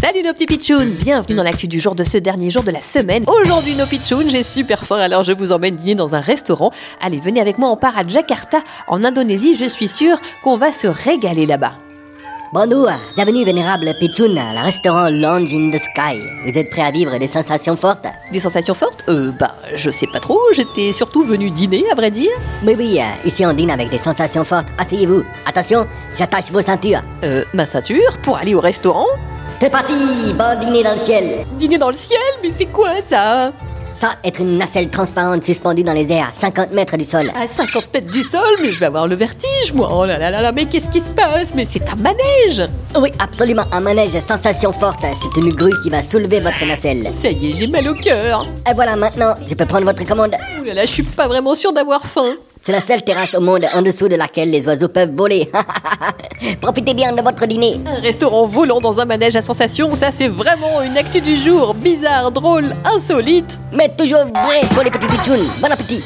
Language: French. Salut nos petits pitchouns Bienvenue dans l'actu du jour de ce dernier jour de la semaine. Aujourd'hui nos pitchouns, j'ai super faim alors je vous emmène dîner dans un restaurant. Allez, venez avec moi, on part à Jakarta en Indonésie, je suis sûre qu'on va se régaler là-bas. Bonjour, bienvenue vénérable Pichun, le restaurant Lounge in the Sky. Vous êtes prêts à vivre des sensations fortes Des sensations fortes Euh bah je sais pas trop, j'étais surtout venue dîner à vrai dire. Mais oui, euh, ici on dîne avec des sensations fortes. Asseyez-vous. Attention, j'attache vos ceintures. Euh ma ceinture pour aller au restaurant C'est parti, bon dîner dans le ciel. Dîner dans le ciel Mais c'est quoi ça Ça, être une nacelle transparente suspendue dans les airs, 50 mètres du sol. À 50 mètres du sol, mais je vais avoir le vertige moi Oh là là là là, mais qu'est-ce qui se passe Mais c'est un manège Oui, absolument, un manège sensations fortes. C'est une grue qui va soulever votre nacelle. Ça y est, j'ai mal au cœur Et voilà, maintenant, je peux prendre votre commande. Ouh là là, je suis pas vraiment sûre d'avoir faim. C'est la seule terrasse au monde en dessous de laquelle les oiseaux peuvent voler. Profitez bien de votre dîner. Un restaurant volant dans un manège à sensations, ça c'est vraiment une actu du jour, bizarre, drôle, insolite. Mais toujours vrai pour les petits pitchouns. Bon appétit.